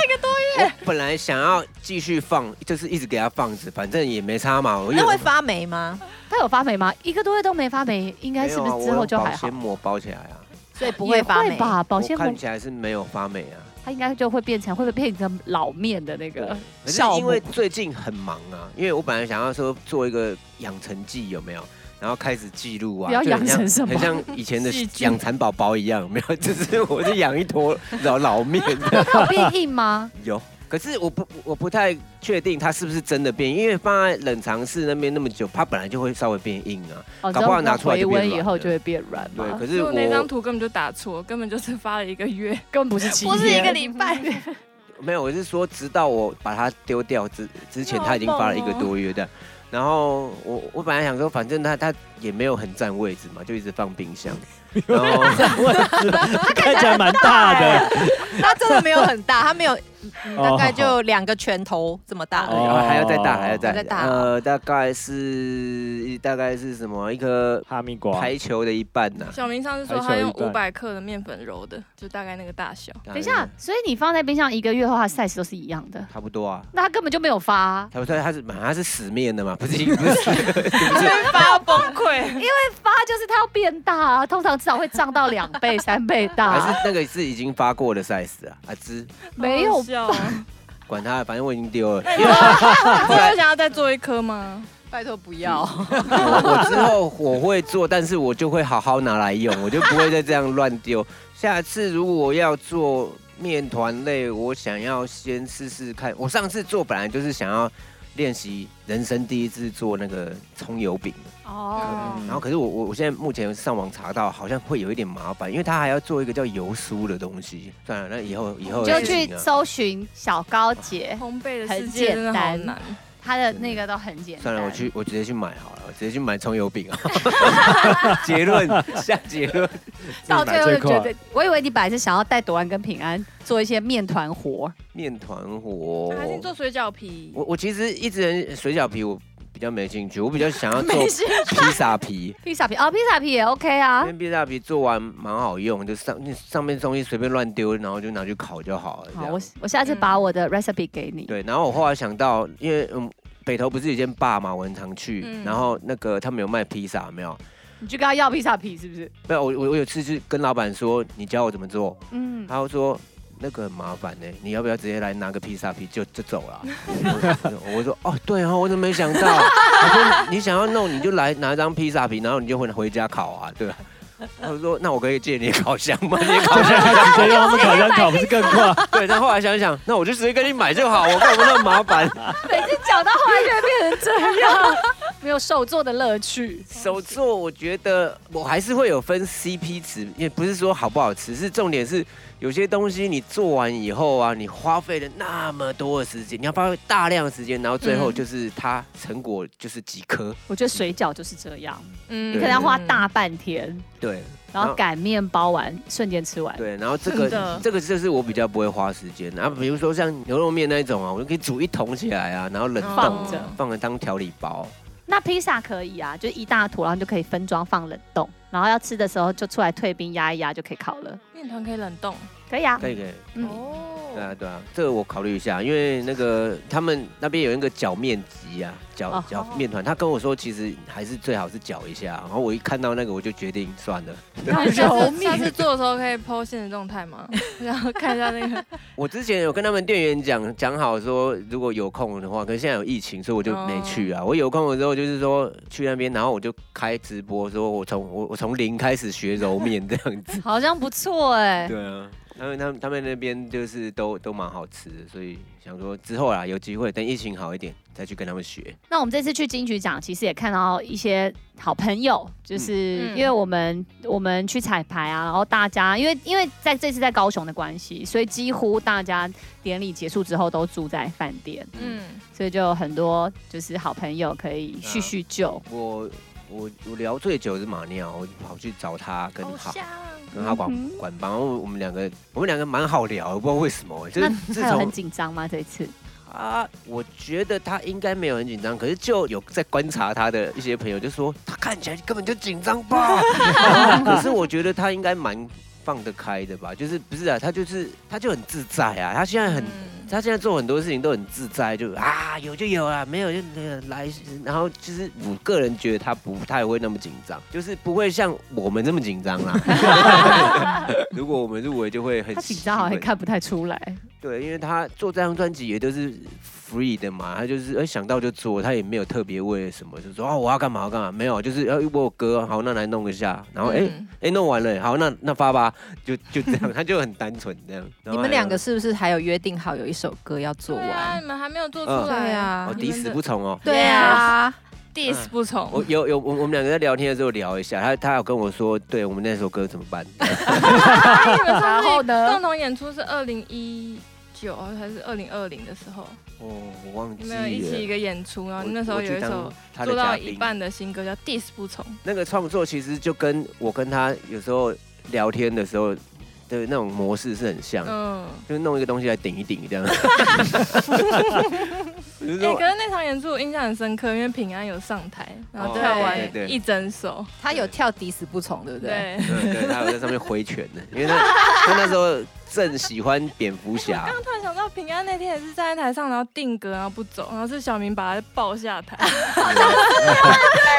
Speaker 1: 我本来想要继续放，就是一直给他放着，反正也没差嘛。我
Speaker 2: 那
Speaker 1: 有
Speaker 2: 会发霉吗？
Speaker 3: 他有发霉吗？一个多月都没发霉，应该是不
Speaker 1: 没有啊
Speaker 3: 是之
Speaker 1: 我
Speaker 3: 后
Speaker 1: 用
Speaker 3: 就还
Speaker 1: 保
Speaker 3: 好
Speaker 1: 鲜？膜包起来啊？
Speaker 2: 所以不
Speaker 3: 也
Speaker 2: 会发霉。
Speaker 3: 吧？保
Speaker 1: 我
Speaker 3: 鲜膜
Speaker 1: 看起来是没有发霉啊。
Speaker 3: 它应该就会变成会不会变成老面的那个
Speaker 1: 可是
Speaker 3: 酵
Speaker 1: 因为
Speaker 3: 母？
Speaker 1: 最近很忙啊，因为我本来想要说做一个养成记有没有，然后开始记录啊，
Speaker 3: 不要
Speaker 1: 就很像
Speaker 3: 养成什么
Speaker 1: 很像以前 的
Speaker 4: 细菌
Speaker 1: 养蚕宝宝一样，有没有， 就是我是养一坨老老面 这样
Speaker 3: 它有变 硬吗？
Speaker 1: 有，可是我不我不太确定它是不是真的变，因为放在冷藏室那边那么久，它本来就会稍微变硬啊。
Speaker 3: 哦，
Speaker 1: 搞不好
Speaker 3: 你知道
Speaker 1: 拿出来
Speaker 3: 回
Speaker 1: 就变
Speaker 3: 温
Speaker 1: 软
Speaker 3: 以后
Speaker 1: 了
Speaker 3: 就会变软嘛。
Speaker 1: 对，可
Speaker 4: 所以
Speaker 1: 是
Speaker 4: 我那张
Speaker 1: 我
Speaker 4: 图根本就打错，根本就是发了一个月，
Speaker 3: 根本不是七
Speaker 4: 不是一个礼拜。
Speaker 1: 没有，我是说直到我把它丢掉之之前，它已经发了一个多月的。然后我我本来想说，反正它它也没有很占位置嘛，就一直放冰箱。然后
Speaker 5: 我看起来蛮大的，
Speaker 2: 它真的没有很大，它没有，嗯
Speaker 5: 哦
Speaker 2: 大概就两个拳头这么大而已。
Speaker 5: 哦
Speaker 1: 还要再大，还要再
Speaker 2: 还在大
Speaker 1: 呃，大概是大概是什么一颗
Speaker 5: 哈密瓜。
Speaker 1: 排球的一半呐、
Speaker 4: 小明上次说他用五百克的面粉揉的，就大概那个大小。
Speaker 1: 等
Speaker 3: 等一下，，所以你放在冰箱一个月后，它的 size 都是一样的，
Speaker 1: 差不多啊。
Speaker 3: 那它根本就没有发啊、
Speaker 1: 他说他是它是死面的嘛，不是不是
Speaker 4: 发要崩溃，
Speaker 3: 发就是它要变大啊，通常至少会胀到两倍、三倍大
Speaker 1: 还
Speaker 3: 啊、
Speaker 1: 是那个是已经发过的 size 啊？啊，之
Speaker 3: 没有
Speaker 4: 笑哦。
Speaker 1: 管他了，反正我已经丢了。
Speaker 4: 那你后来想要再做一颗吗？
Speaker 2: 拜托不要，
Speaker 1: 我我之后我会做，但是我就会好好拿来用，我就不会再这样乱丢。下次如果我要做面团类，我想要先试试看。我上次做本来就是想要练习人生第一次做那个葱油饼，
Speaker 3: 哦。
Speaker 1: 然后可是我我我现在目前上网查到好像会有一点麻烦，因为它还要做一个叫油酥的东西。算了，那以后以后
Speaker 3: 就
Speaker 1: 的事
Speaker 3: 去
Speaker 1: 情啊
Speaker 3: 搜寻小高姐，
Speaker 4: 烘焙的
Speaker 3: 哎很
Speaker 4: 世界真的好
Speaker 3: 简单
Speaker 4: 难，
Speaker 3: 他的那个都很简单。
Speaker 1: 算了，我去，我直接去买好了，我直接去买葱油饼啊。啊 结论下结论，
Speaker 3: 到最后
Speaker 5: 自
Speaker 3: 就
Speaker 5: 己买最
Speaker 3: 觉
Speaker 5: 快
Speaker 3: 得，我以为你本来是想要带朵安跟平安做一些面团活，
Speaker 1: 面团火。
Speaker 4: 还是做水饺皮，
Speaker 1: 哦我我其实一直很水饺皮，我比较没兴趣，我比较想要做
Speaker 3: 事，
Speaker 1: 披萨皮。
Speaker 3: 披萨皮哦，披萨皮也 OK 啊
Speaker 1: 因为。披萨皮做完蛮好用，就上你上面东西随便乱丢，然后就拿去烤就好了。这
Speaker 3: 好，
Speaker 1: 样
Speaker 3: 我我下次把我的 recipe 给你。
Speaker 1: 对，然后我后来想到，因为嗯，北投不是有一间爸嘛，我很常去，
Speaker 4: 嗯
Speaker 1: 然后那个他们有卖披萨，有没有？
Speaker 3: 你去跟他要披萨皮是不是？
Speaker 1: 没有，我我我有次去跟老板说，你教我怎么做，
Speaker 3: 嗯，
Speaker 1: 他说。那个很麻烦呢、你要不要直接来拿个披萨皮就就走了、我我说哦，对哦，我怎么没想到？ 他说你想要弄你就来拿一张披萨皮，然后你就回回家烤啊，对吧？他说那我可以借你烤箱吗？你烤箱
Speaker 5: 你觉得 我们烤箱烤不是更快？
Speaker 1: 对，但后来想想，那我就直接跟你买就好，我干嘛那么麻烦？
Speaker 3: 每次讲到后来就会变成这样，没有手做的乐趣。
Speaker 1: 手做我觉得我还是会有分 CP 值，也不是说好不好吃，是重点是有些东西你做完以后啊，你花费了那么多的时间，你要花费大量的时间，然后最后
Speaker 3: 嗯
Speaker 1: 就是它成果就是几颗，
Speaker 3: 我觉得水饺就是这样，
Speaker 4: 嗯
Speaker 3: 你可能要花大半天，
Speaker 1: 对，
Speaker 3: 然后擀面包完，瞬间吃完。
Speaker 1: 对，然后这
Speaker 4: 真的
Speaker 1: 个这个就是我比较不会花时间，然后比如说像牛肉面那一种啊，我就可以煮一桶起来啊，然后冷冻
Speaker 3: 放着
Speaker 1: 放了当调理包，
Speaker 3: 那披萨可以啊，就一大坨，然后你就可以分装放冷冻，然后要吃的时候就出来退冰压一压就可以烤了。
Speaker 4: 面团可以冷冻
Speaker 3: 可以啊，
Speaker 1: 可以可以。
Speaker 3: 嗯
Speaker 1: 对
Speaker 4: 哦，
Speaker 1: 啊，对啊，这个我考虑一下，因为那个他们那边有一个搅面机啊，搅
Speaker 3: 哦
Speaker 1: 搅面团，他跟我说其实还是最好是搅一下，然后我一看到那个我就决定算了。
Speaker 4: 那下次下次做的时候可以 PO 现实动态 吗？然后看一下那个，
Speaker 1: 我之前有跟他们店员讲讲好说，如果有空的话，可是现在有疫情，所以我就没去啊。我有空的时候就是说去那边，然后我就开直播，说我从我我从零开始学揉面这样 子。
Speaker 3: 好像不错哎、
Speaker 1: 对啊。他们他们他们那边就是都都蛮好吃的，所以想说之后啊啦有机会等疫情好一点再去跟他们学。
Speaker 3: 那我们这次去金曲奖，其实也看到一些好朋友，就是
Speaker 4: 嗯
Speaker 3: 因为我们、我们去彩排啊，然后大家因为因为在这次在高雄的关系，所以几乎大家典礼结束之后都住在饭店，
Speaker 4: 嗯，
Speaker 3: 所以就有很多就是好朋友可以叙
Speaker 1: 啊
Speaker 3: 叙旧。
Speaker 1: 我我我聊最久是马尿，我跑去找他跟
Speaker 4: 好
Speaker 1: 他
Speaker 4: 香，
Speaker 1: 跟他管
Speaker 3: 哦啊嗯哼
Speaker 1: 管帮，然后我们两个我们两个蛮好聊，我不知道为什么，就是
Speaker 3: 那
Speaker 1: 自
Speaker 3: 他有很
Speaker 1: 从
Speaker 3: 紧张吗？这一次
Speaker 1: 他，我觉得他应该没有很紧张，可是就有在观察他的一些朋友就说他看起来根本就紧张 吧，可是我觉得他应该蛮放得开的吧，就是不是啊，他就是他就很自在啊，他现在很
Speaker 4: 嗯
Speaker 1: 他现在做很多事情都很自在，就啊有就有啦，没有就呃来，然后就是我个人觉得他不太会那么紧张，就是不会像我们这么紧张啦。如果我们入围就会很
Speaker 3: 他紧张好像
Speaker 1: 兴奋
Speaker 3: 看不太出来，
Speaker 1: 对，因为他做这张专辑也都是 free 的嘛，他就是哎想到就做，他也没有特别为了什么，就说啊我要干嘛我要干嘛，没有，就是要我有歌好那来弄一下，然后哎
Speaker 4: 嗯
Speaker 1: 哎弄完了，好那那发吧，就就这样，他就很单纯这样。然
Speaker 2: 你
Speaker 1: 后
Speaker 2: 们
Speaker 1: 还有
Speaker 2: 两个是不是还有约定好有一首歌要做
Speaker 4: 对啊，
Speaker 2: 完？
Speaker 4: 你们还没有做出来
Speaker 2: 对啊
Speaker 1: 哦
Speaker 4: 你
Speaker 1: 抵
Speaker 4: 们
Speaker 1: 死
Speaker 4: 的
Speaker 1: 不从哦。
Speaker 2: 对啊，
Speaker 4: diss 不从，
Speaker 1: 我有有，我我们两个在聊天的时候聊一下，他他有跟我说，对我们那首歌怎么办？
Speaker 4: 哎你们
Speaker 3: 然
Speaker 4: 上
Speaker 3: 后
Speaker 4: 次
Speaker 3: 呢
Speaker 4: 共同演出是二零一九还是二零二零的时候，
Speaker 1: 哦，我忘
Speaker 4: 你
Speaker 1: 记了。
Speaker 4: 们有一起一个演出，然后那时候
Speaker 1: 我我去
Speaker 4: 有一首
Speaker 1: 当他的
Speaker 4: 做
Speaker 1: 嘉
Speaker 4: 到一
Speaker 1: 宾，
Speaker 4: 半的新歌叫 diss 不从，
Speaker 1: 那个创作其实就跟我跟他有时候聊天的时候的那种模式是很像，
Speaker 4: 嗯，
Speaker 1: 就是弄一个东西来顶一顶这 样。就是
Speaker 4: 哎、
Speaker 1: 说
Speaker 4: 可是那场演出我印象很深刻，因为平安有上台，然后
Speaker 1: 哦
Speaker 4: 跳
Speaker 2: 对
Speaker 1: 对
Speaker 4: 完
Speaker 1: 对
Speaker 4: 一整首，
Speaker 2: 他有跳抵死不从，对不对？
Speaker 4: 对，
Speaker 1: 嗯对，他有在上面挥拳呢，因为他他那时候正喜欢蝙蝠 侠，
Speaker 4: 突然想到平安那天也是站在台上，然后定格，然后不走，然后是小明把他抱下台。
Speaker 1: 啊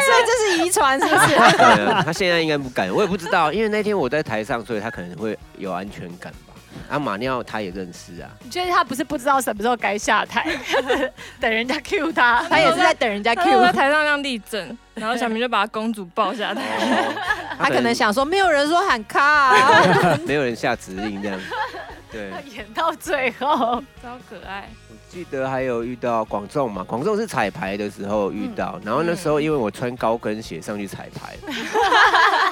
Speaker 2: 所以这是遗传，是不是？
Speaker 1: 对啊他现在应该不敢，我也不知道，因为那天我在台上，所以他可能会有安全感吧。啊，马尿他也认识啊，
Speaker 3: 你觉得他不是不知道什么时候该下台， 等人家 cue 他，
Speaker 2: 他也是在等人家
Speaker 4: 他就在
Speaker 2: Q，
Speaker 4: 台上这样立正，然后小明就把公主抱下台。
Speaker 1: 哦
Speaker 2: 他可能想说没有人说喊卡啊，
Speaker 1: 没有人下指令这样。对，
Speaker 3: 演到最后。
Speaker 4: 超可爱，
Speaker 1: 我记得还有遇到广众嘛，广众是彩排的时候遇到，然后那时候因为我穿高跟鞋上去彩排，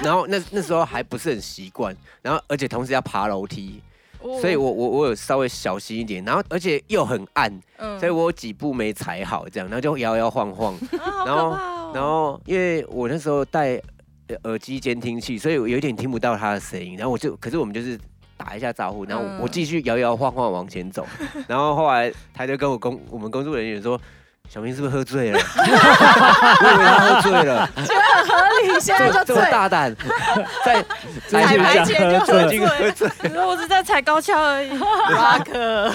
Speaker 1: 然后那那时候还不是很习惯，然后而且同时要爬楼梯，
Speaker 4: 哦
Speaker 1: 所以我我我有稍微小心一点，然后而且又很暗，
Speaker 4: 嗯
Speaker 1: 所以我有几步没踩好，这样，然后就摇摇晃晃，
Speaker 4: 啊好
Speaker 1: 然
Speaker 4: 可
Speaker 1: 后
Speaker 4: 怕哦
Speaker 1: 然后因为我那时候戴呃耳机监听器，所以我有点听不到他的声音，然后我就，可是我们就是。打一下招呼，然后我
Speaker 4: 嗯
Speaker 1: 我继续摇摇晃晃往前走，然后后来他就跟我工我们工作人员说：“小明是不是喝醉了？”我以为他喝醉了，
Speaker 2: 你现在就
Speaker 1: 这么
Speaker 2: 醉，
Speaker 1: 大胆，在在
Speaker 5: 还
Speaker 1: 在
Speaker 5: 没
Speaker 1: 在
Speaker 5: 结就
Speaker 1: 就已经喝醉。
Speaker 4: 你说我只在踩高跷而已，
Speaker 2: 巴克，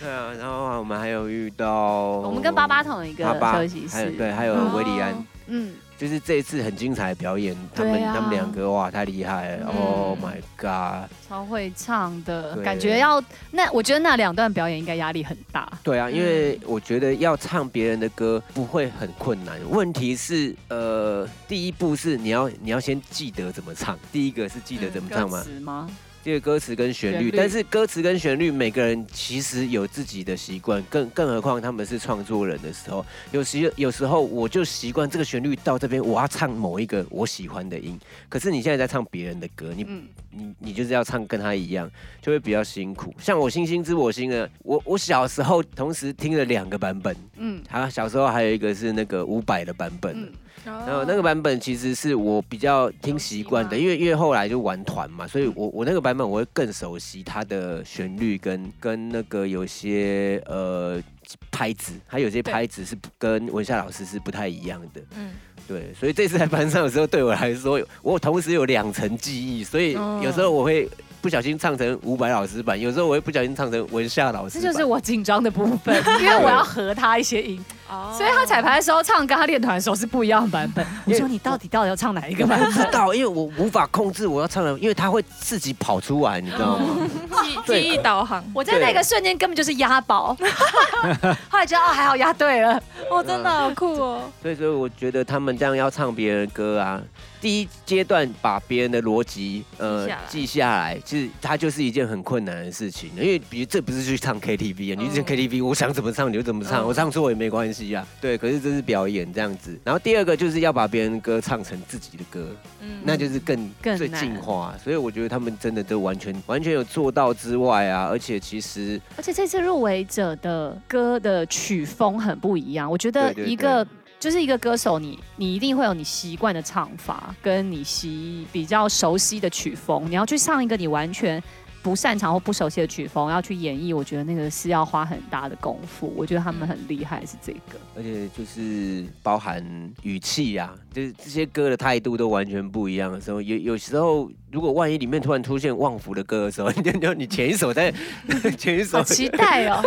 Speaker 1: 对啊，然后啊我们还有遇到
Speaker 3: 我们跟巴巴同一个
Speaker 1: 爸爸
Speaker 3: 休息
Speaker 1: 还有
Speaker 3: 室，
Speaker 1: 对，还有维里安
Speaker 4: 哦，
Speaker 3: 嗯，
Speaker 1: 就是这一次很精彩的表演，他
Speaker 3: 对
Speaker 1: 们
Speaker 3: 啊
Speaker 1: 他们两个哇太厉害了
Speaker 3: 嗯
Speaker 1: ，Oh my god！
Speaker 3: 超会唱的
Speaker 1: 对
Speaker 3: 感觉要，那我觉得那两段表演应该压力很大，
Speaker 1: 对啊，因为我觉得要唱别人的歌不会很困难，问题是呃，第一步是你要你要先记得怎么唱，第一个是记得怎么唱嘛
Speaker 3: 嗯歌，词吗？
Speaker 1: 这个歌词跟旋律，
Speaker 3: 旋律
Speaker 1: 但是歌词跟旋律，每个人其实有自己的习惯，更更何况他们是创作人的时候，有时有时候我就习惯这个旋律到这边，我要唱某一个我喜欢的音。可是你现在在唱别人的歌，你
Speaker 3: 嗯，
Speaker 1: 你你就是要唱跟他一样，就会比较辛苦。像我《星星知我心》呢，我我小时候同时听了两个版本，
Speaker 3: 嗯
Speaker 1: 还有小时候还有一个是那个伍佰的版本。
Speaker 3: 嗯，
Speaker 4: 然
Speaker 1: 然后那个版本其实是我比较听习惯的，因为因为后来就玩团嘛，所以我我那个版本我会更熟悉它的旋律跟跟那个有些呃拍子，它有些
Speaker 4: 对
Speaker 1: 拍子是不跟文夏老师是不太一样的，
Speaker 4: 嗯，
Speaker 1: 对，所以这次来班上的时候，对我来说， 我同时有两层记忆，所以
Speaker 3: 嗯
Speaker 1: 有时候我会不小心唱成伍佰老师版，有时候我会不小心唱成文夏老师
Speaker 3: 这
Speaker 1: 版，
Speaker 3: 就是我紧张的部分，因为我要和他一些音，
Speaker 4: 哦
Speaker 3: 所以他彩排的时候唱跟他练团的时候是不一样的版本。我
Speaker 1: 因为
Speaker 3: 说你到底到底要唱哪一个版
Speaker 1: 不知道，因为我无法控制我要唱的，因为它会自己跑出来，你知道吗？
Speaker 4: 记
Speaker 1: 对
Speaker 4: 记忆导航，
Speaker 3: 我在那个瞬间根本就是押宝， 后来觉得哦还好押对了，
Speaker 4: 哦，真的好酷哦，
Speaker 1: 所以，所以我觉得他们这样要唱别人的歌啊，第一阶段把别人的逻辑呃
Speaker 4: 记下来
Speaker 1: 记下来，其实它就是一件很困难的事情。因为比如这不是去唱 KTV 啊，你去
Speaker 4: 嗯
Speaker 1: KTV，我想怎么唱你就怎么唱，
Speaker 4: 嗯
Speaker 1: 我唱错也没关系啊。对，可是这是表演这样子。然后第二个就是要把别人的歌唱成自己的歌，
Speaker 4: 嗯
Speaker 1: 那就是更
Speaker 3: 更
Speaker 1: 最
Speaker 3: 难
Speaker 1: 进化。所以我觉得他们真的都完全完全有做到之外啊，而且其实
Speaker 3: 而且这次入围者的歌的曲风很不一样，我觉得
Speaker 1: 对对
Speaker 3: 一个就是一个歌手你，你一定会有你习惯的唱法，跟你习比较熟悉的曲风，你要去唱一个你完全。不擅长或不熟悉的曲风要去演绎，我觉得那个是要花很大的功夫。我觉得他们很厉害，是这个。
Speaker 1: 而且就是包含语气啊，就是这些歌的态度都完全不一样的时候，有有时候如果万一里面突然出现旺福的歌的时候， 你就你就你前一首 在前一首
Speaker 3: 好期待哦！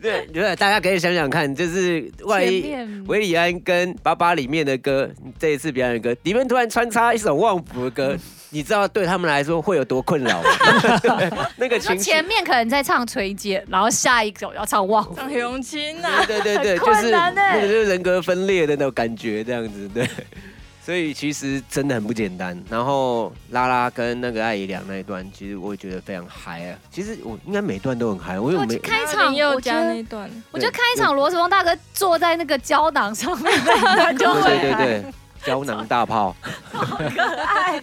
Speaker 1: 对对，大家可以想想看，就是万
Speaker 3: 前
Speaker 1: 一
Speaker 3: 面
Speaker 1: 维里安跟巴巴里面的歌，这一次表演的歌里面突然穿插一首旺福的 歌，你知道对他们来说会有多困扰吗？ 那个
Speaker 3: 你说
Speaker 1: 情绪。
Speaker 3: 前面可能在唱崔健，然后下一首要唱忘
Speaker 4: 张永清呐，
Speaker 1: 对对对对，
Speaker 3: 很
Speaker 1: 就
Speaker 3: 困
Speaker 1: 是
Speaker 3: 难
Speaker 1: 那
Speaker 3: 欸
Speaker 1: 个就是人格分裂的那种感觉，这样子对。所以其实真的很不简单。然后拉拉跟那个艾怡良那一段，其实我也觉得非常嗨啊。其实我应该每段都很嗨，我有
Speaker 3: 我
Speaker 1: 没？
Speaker 3: 开场
Speaker 4: 又
Speaker 3: 我觉
Speaker 4: 加那
Speaker 3: 得
Speaker 4: 一段，
Speaker 3: 我觉得开场罗时峰大哥坐在那个胶囊上面那一段就
Speaker 1: 对
Speaker 3: 会
Speaker 1: 对对对，胶囊大 炮，
Speaker 3: 可爱，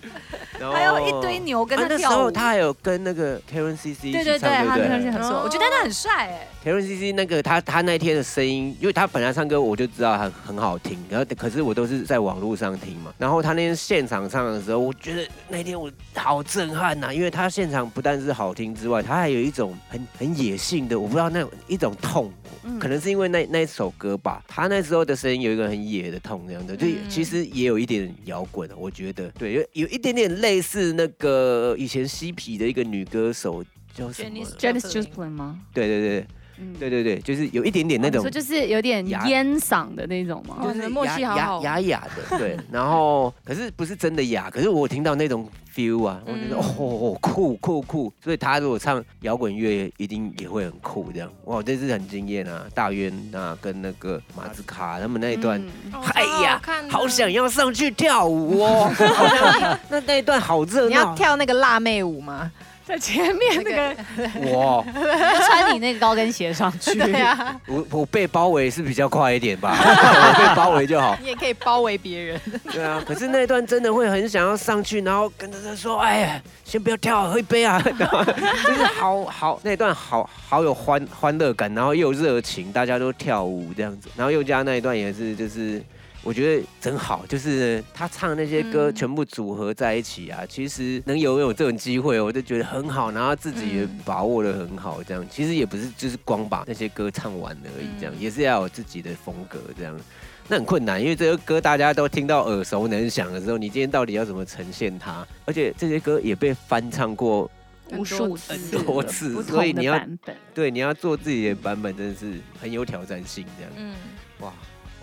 Speaker 1: 然后
Speaker 3: 还有一堆牛跟
Speaker 1: 啊
Speaker 3: 他
Speaker 1: 那时
Speaker 3: 跳
Speaker 1: 候
Speaker 3: 舞。
Speaker 1: 他还有跟那个 Karen C C 一
Speaker 3: 对
Speaker 1: 起
Speaker 3: 对对，
Speaker 1: 唱，
Speaker 3: 他
Speaker 1: 对
Speaker 3: 那
Speaker 1: 不
Speaker 3: 个是
Speaker 1: 对
Speaker 3: 很帅，我觉得他很帅哎。
Speaker 1: ？Karen C C 那个他他那天的声音，因为他本来唱歌我就知道很很好听，然后可是我都是在网络上听嘛。然后他那天现场唱的时候，我觉得那天我好震撼呐、因为他现场不但是好听之外，他还有一种很很野性的，我不知道那种一种痛，
Speaker 3: 嗯
Speaker 1: 可能是因为那那一首歌吧，他那时候的声音有一个很野的痛，这样的，就
Speaker 4: 嗯
Speaker 1: 其实也有一点摇滚，啊我觉得对，有有一点点类似那个以前嬉皮的一个女歌手叫什么
Speaker 4: Janis？
Speaker 3: Janis j u s p l i n 吗？
Speaker 1: 对对对
Speaker 3: 嗯，
Speaker 1: 对对对，就是有一点点那
Speaker 3: 哦
Speaker 1: 种
Speaker 3: 你说。就是有点
Speaker 1: 牙
Speaker 3: 烟嗓的那种吗？
Speaker 4: 哦
Speaker 1: 就
Speaker 4: 你
Speaker 1: 是
Speaker 4: 的默契好
Speaker 1: 哑
Speaker 4: 好哦
Speaker 1: 哑哑的，对。然后可是不是真的哑，可是我听到那种 feel 啊，我觉得、
Speaker 4: 嗯
Speaker 1: 哦酷酷酷，所以他如果唱摇滚乐，一定也会很酷这样。哇，这次很惊艳啊！大渊啊跟那个马子卡他们那一段，
Speaker 3: 嗯
Speaker 4: 哦
Speaker 1: 哎呀，好想，要上去跳舞哦！好像那那一段好热
Speaker 2: 你要
Speaker 1: 闹，
Speaker 2: 跳那个辣妹舞吗？
Speaker 3: 在前面那个
Speaker 1: 哇，
Speaker 3: 穿你那个高跟鞋上去，
Speaker 2: 对啊，
Speaker 1: 我我被包围是比较快一点吧，我被包围就好。
Speaker 2: 你也可以包围别人。
Speaker 1: 对啊，可是那一段真的会很想要上去，然后跟着他说：“哎呀，先不要跳，喝一杯 啊！”就是好好那一段好好有欢欢乐感，然后又有热情，大家都跳舞这样子，然后又加那一段也是就是。我觉得真好，就是他唱那些歌
Speaker 2: 嗯
Speaker 1: 全部组合在一起啊，其实能有有这种机会，我就觉得很好，然后自己也
Speaker 2: 嗯
Speaker 1: 把握的很好，这样其实也不是就是光把那些歌唱完而已，这样、
Speaker 2: 嗯
Speaker 1: 也是要有自己的风格这样。那很困难，因为这些歌大家都听到耳熟能详的时候，你今天到底要怎么呈现它？而且这些歌也被翻唱过，
Speaker 3: 无数次
Speaker 4: 很
Speaker 1: 多很多次
Speaker 3: 不同的
Speaker 1: 所以你要
Speaker 3: 版本。
Speaker 1: 对，你要做自己的版本，真的是很有挑战性。这样，
Speaker 4: 嗯，
Speaker 1: 哇，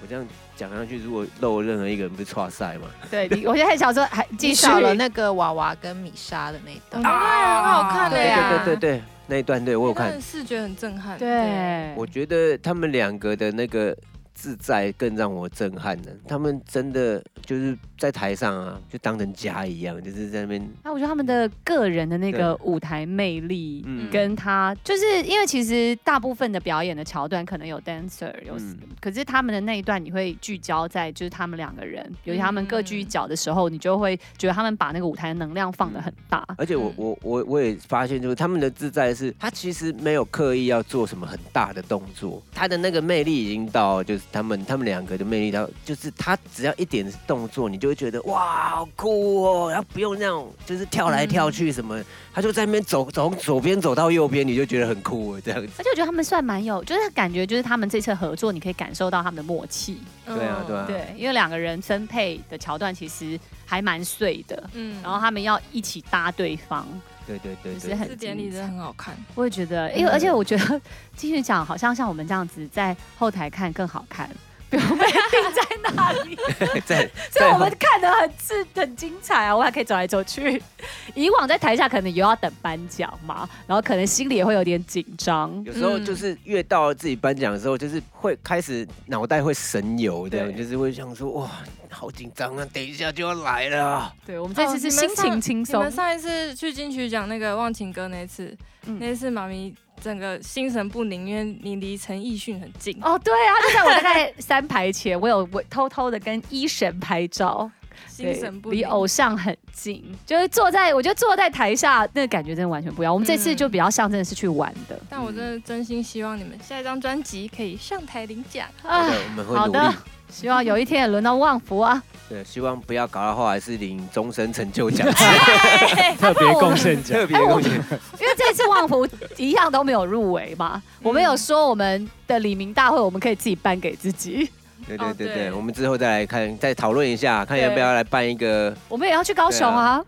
Speaker 1: 我这样讲下去，如果漏任何一个人，不是错赛吗？
Speaker 3: 对，你我现在想说还继
Speaker 2: 你
Speaker 3: 续
Speaker 2: 少了那个娃娃跟米莎的那一段，
Speaker 4: 啊，很好看的
Speaker 2: 对
Speaker 4: 呀，
Speaker 2: 啊
Speaker 1: 对对对，那一段对我有
Speaker 4: 那
Speaker 1: 看
Speaker 4: 段，视觉很震撼。
Speaker 3: 对，
Speaker 1: 我觉得他们两个的那个自在更让我震撼呢。他们真的就是在台上啊，就当成家一样，就是在那边，
Speaker 3: 那我觉得他们的个人的那个舞台魅力。
Speaker 1: 嗯，
Speaker 3: 跟他就是因为其实大部分的表演的桥段可能有 dancer 有，
Speaker 1: 嗯
Speaker 3: 可是他们的那一段你会聚焦在就是他们两个人，尤其他们各居一角的时候，你就会觉得他们把那个舞台能量放得很大。
Speaker 1: 而且我
Speaker 4: 嗯
Speaker 1: 我我我也发现，就是他们的自在是，他其实没有刻意要做什么很大的动作，他的那个魅力已经到，就是他们他们两个的魅力到，就是他只要一点动作，你就会觉得哇好酷哦，然后不用那种就是跳来跳去什么，他就在那边走从左边走到右边，你就觉得很酷哦这样子。
Speaker 3: 而且我觉得他们算蛮有，就是感觉就是他们这次合作，你可以感受到他们的默契。
Speaker 4: 嗯
Speaker 1: 对啊对啊，
Speaker 3: 对，因为两个人分配的桥段其实还蛮碎的，
Speaker 4: 嗯
Speaker 3: 然后他们要一起搭对方，
Speaker 1: 对对对
Speaker 3: 就
Speaker 1: 对
Speaker 3: 是很
Speaker 4: 字典里
Speaker 3: 精
Speaker 4: 真
Speaker 3: 彩
Speaker 4: 的很好看。
Speaker 3: 我也觉得，
Speaker 4: 嗯
Speaker 3: 因为而且我觉得继续讲，好像像我们这样子在后台看更好看， 不用被定在那 里，
Speaker 1: 对，在
Speaker 3: 所以我们看得很自很精彩啊，我还可以走来走去。 以往在台下可能也要等颁奖嘛，然后可能心里也会有点紧张。
Speaker 1: 有时候就是越到自己颁奖的时候，就是会开始脑袋会神游，这样
Speaker 3: 对
Speaker 1: 就是会想说哇，好紧张啊，等一下就要来了啊。
Speaker 3: 对，我们这次是心情轻
Speaker 4: 哦你
Speaker 3: 松
Speaker 4: 们，上一次去金曲奖那个忘情歌那次，
Speaker 3: 嗯
Speaker 4: 那次妈咪整个心神不宁，因为你离陈奕迅很近。
Speaker 3: 哦，对啊，就在我大概三排前，我有我偷偷的跟一神拍照，
Speaker 4: 心
Speaker 3: 对
Speaker 4: 神，不
Speaker 3: 离
Speaker 4: 宁。
Speaker 3: 偶像很近，就是坐在，我觉得坐在台下那个感觉真的完全不一样。我们这次
Speaker 4: 嗯
Speaker 3: 就比较像真的是去玩的
Speaker 4: 但我真的真心希望你们下一张专辑可以上台领奖。
Speaker 3: 啊
Speaker 1: 对，我们会
Speaker 3: 好
Speaker 1: 努
Speaker 3: 的
Speaker 1: 力。，
Speaker 3: 希望有一天也轮到旺福 啊！
Speaker 1: 对，希望不要搞到后来是领终身成就奖，
Speaker 5: 特别贡献奖
Speaker 1: 特。别贡献。
Speaker 3: 因为这次旺福一样都没有入围嘛，我们有说我们的李明大会我们可以自己颁给自 己，
Speaker 1: 对对对
Speaker 4: 哦
Speaker 1: 对，
Speaker 4: 对
Speaker 1: 我们之后再来看，再讨论一下，看要不要来办一个
Speaker 3: 我们也要去高雄啊！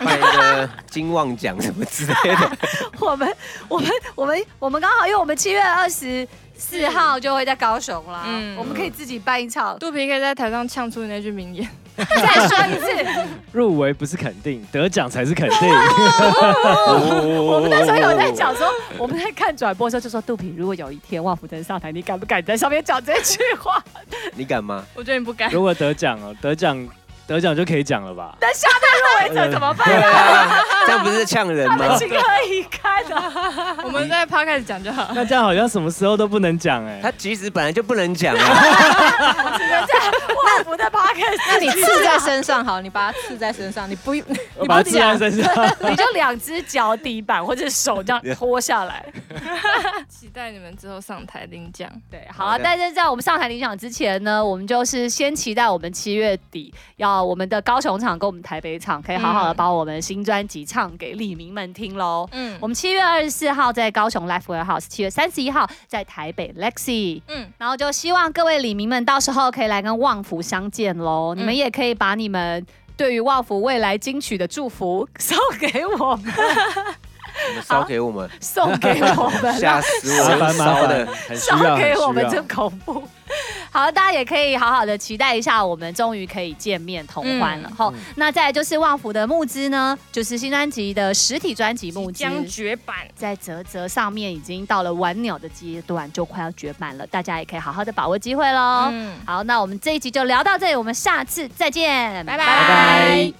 Speaker 1: 办一个金旺奖什么之类 的。
Speaker 3: 我们我们我们我们刚好，因为我们七月二十四号就会在高雄啦，
Speaker 4: 嗯
Speaker 3: 我们可以自己办一场。
Speaker 4: 肚皮可以在台上呛出那句名言。
Speaker 3: 再说一 次，
Speaker 5: 入围不是肯定，得奖才是 肯定。
Speaker 3: 哦我
Speaker 5: 我
Speaker 3: 们那时候有在讲说，我们在看转播的时候就说，杜平，如果有一天旺福真的上台，你敢不敢在上面讲这句话？
Speaker 1: 你敢吗？
Speaker 4: 我觉得你不敢。
Speaker 5: 如果得奖哦，得奖得奖就可以讲了吧？
Speaker 3: 那下面入围者怎么办？
Speaker 1: 对啊，这样不是呛人
Speaker 3: 他们
Speaker 1: 吗？
Speaker 3: 情何以堪啊！
Speaker 4: 我们在 p 开始讲就好。
Speaker 5: 那这样好像什么时候都不能讲
Speaker 1: 他
Speaker 5: 哎。
Speaker 1: 其实本来就不能讲 啊，
Speaker 3: 旺福的 p o c a s t
Speaker 2: 那你刺在身上好，你把它刺在身上，你不用
Speaker 5: 我把它刺在身 上。
Speaker 3: 你就两只脚底板或者手这样拖下来。
Speaker 4: 期待你们之后上台领奖。
Speaker 3: 对，好
Speaker 1: 好
Speaker 3: 啊。
Speaker 1: 的
Speaker 3: 但是在我们上台领奖之前呢，我们就是先期待我们七月底要我们的高雄场跟我们台北场可以好好的
Speaker 4: 嗯
Speaker 3: 把我们新专辑唱给李明们听喽。
Speaker 4: 嗯
Speaker 3: 我们七月二十四号在高雄 Life Warehouse，七月三十一号在台北 Lexi。
Speaker 4: 嗯，
Speaker 3: 然后就希望各位李明们到时候可以来跟旺福相见喽。你们也可以把你们对于旺福未来金曲的祝福送给我们，
Speaker 1: 你们烧给我们，
Speaker 3: 送给我们，
Speaker 1: 吓死我
Speaker 5: 麻
Speaker 1: 了，
Speaker 5: 烦麻
Speaker 1: 烧
Speaker 5: 烦
Speaker 1: 的。，
Speaker 5: 很需
Speaker 3: 烧
Speaker 5: 要，
Speaker 3: 给我们
Speaker 5: 很需要
Speaker 3: 真恐怖。好，大家也可以好好的期待一下，我们终于可以见面同欢
Speaker 4: 嗯
Speaker 3: 了。吼，那再来就是旺福的募资呢，就是新专辑的实体专辑募
Speaker 4: 即
Speaker 3: 资，
Speaker 4: 将绝版。
Speaker 3: 在泽泽上面已经到了晚鸟的阶段，就快要绝版了，大家也可以好好的把握机会喽。
Speaker 4: 嗯，
Speaker 3: 好，那我们这一集就聊到这里，我们下次再见，
Speaker 4: 拜拜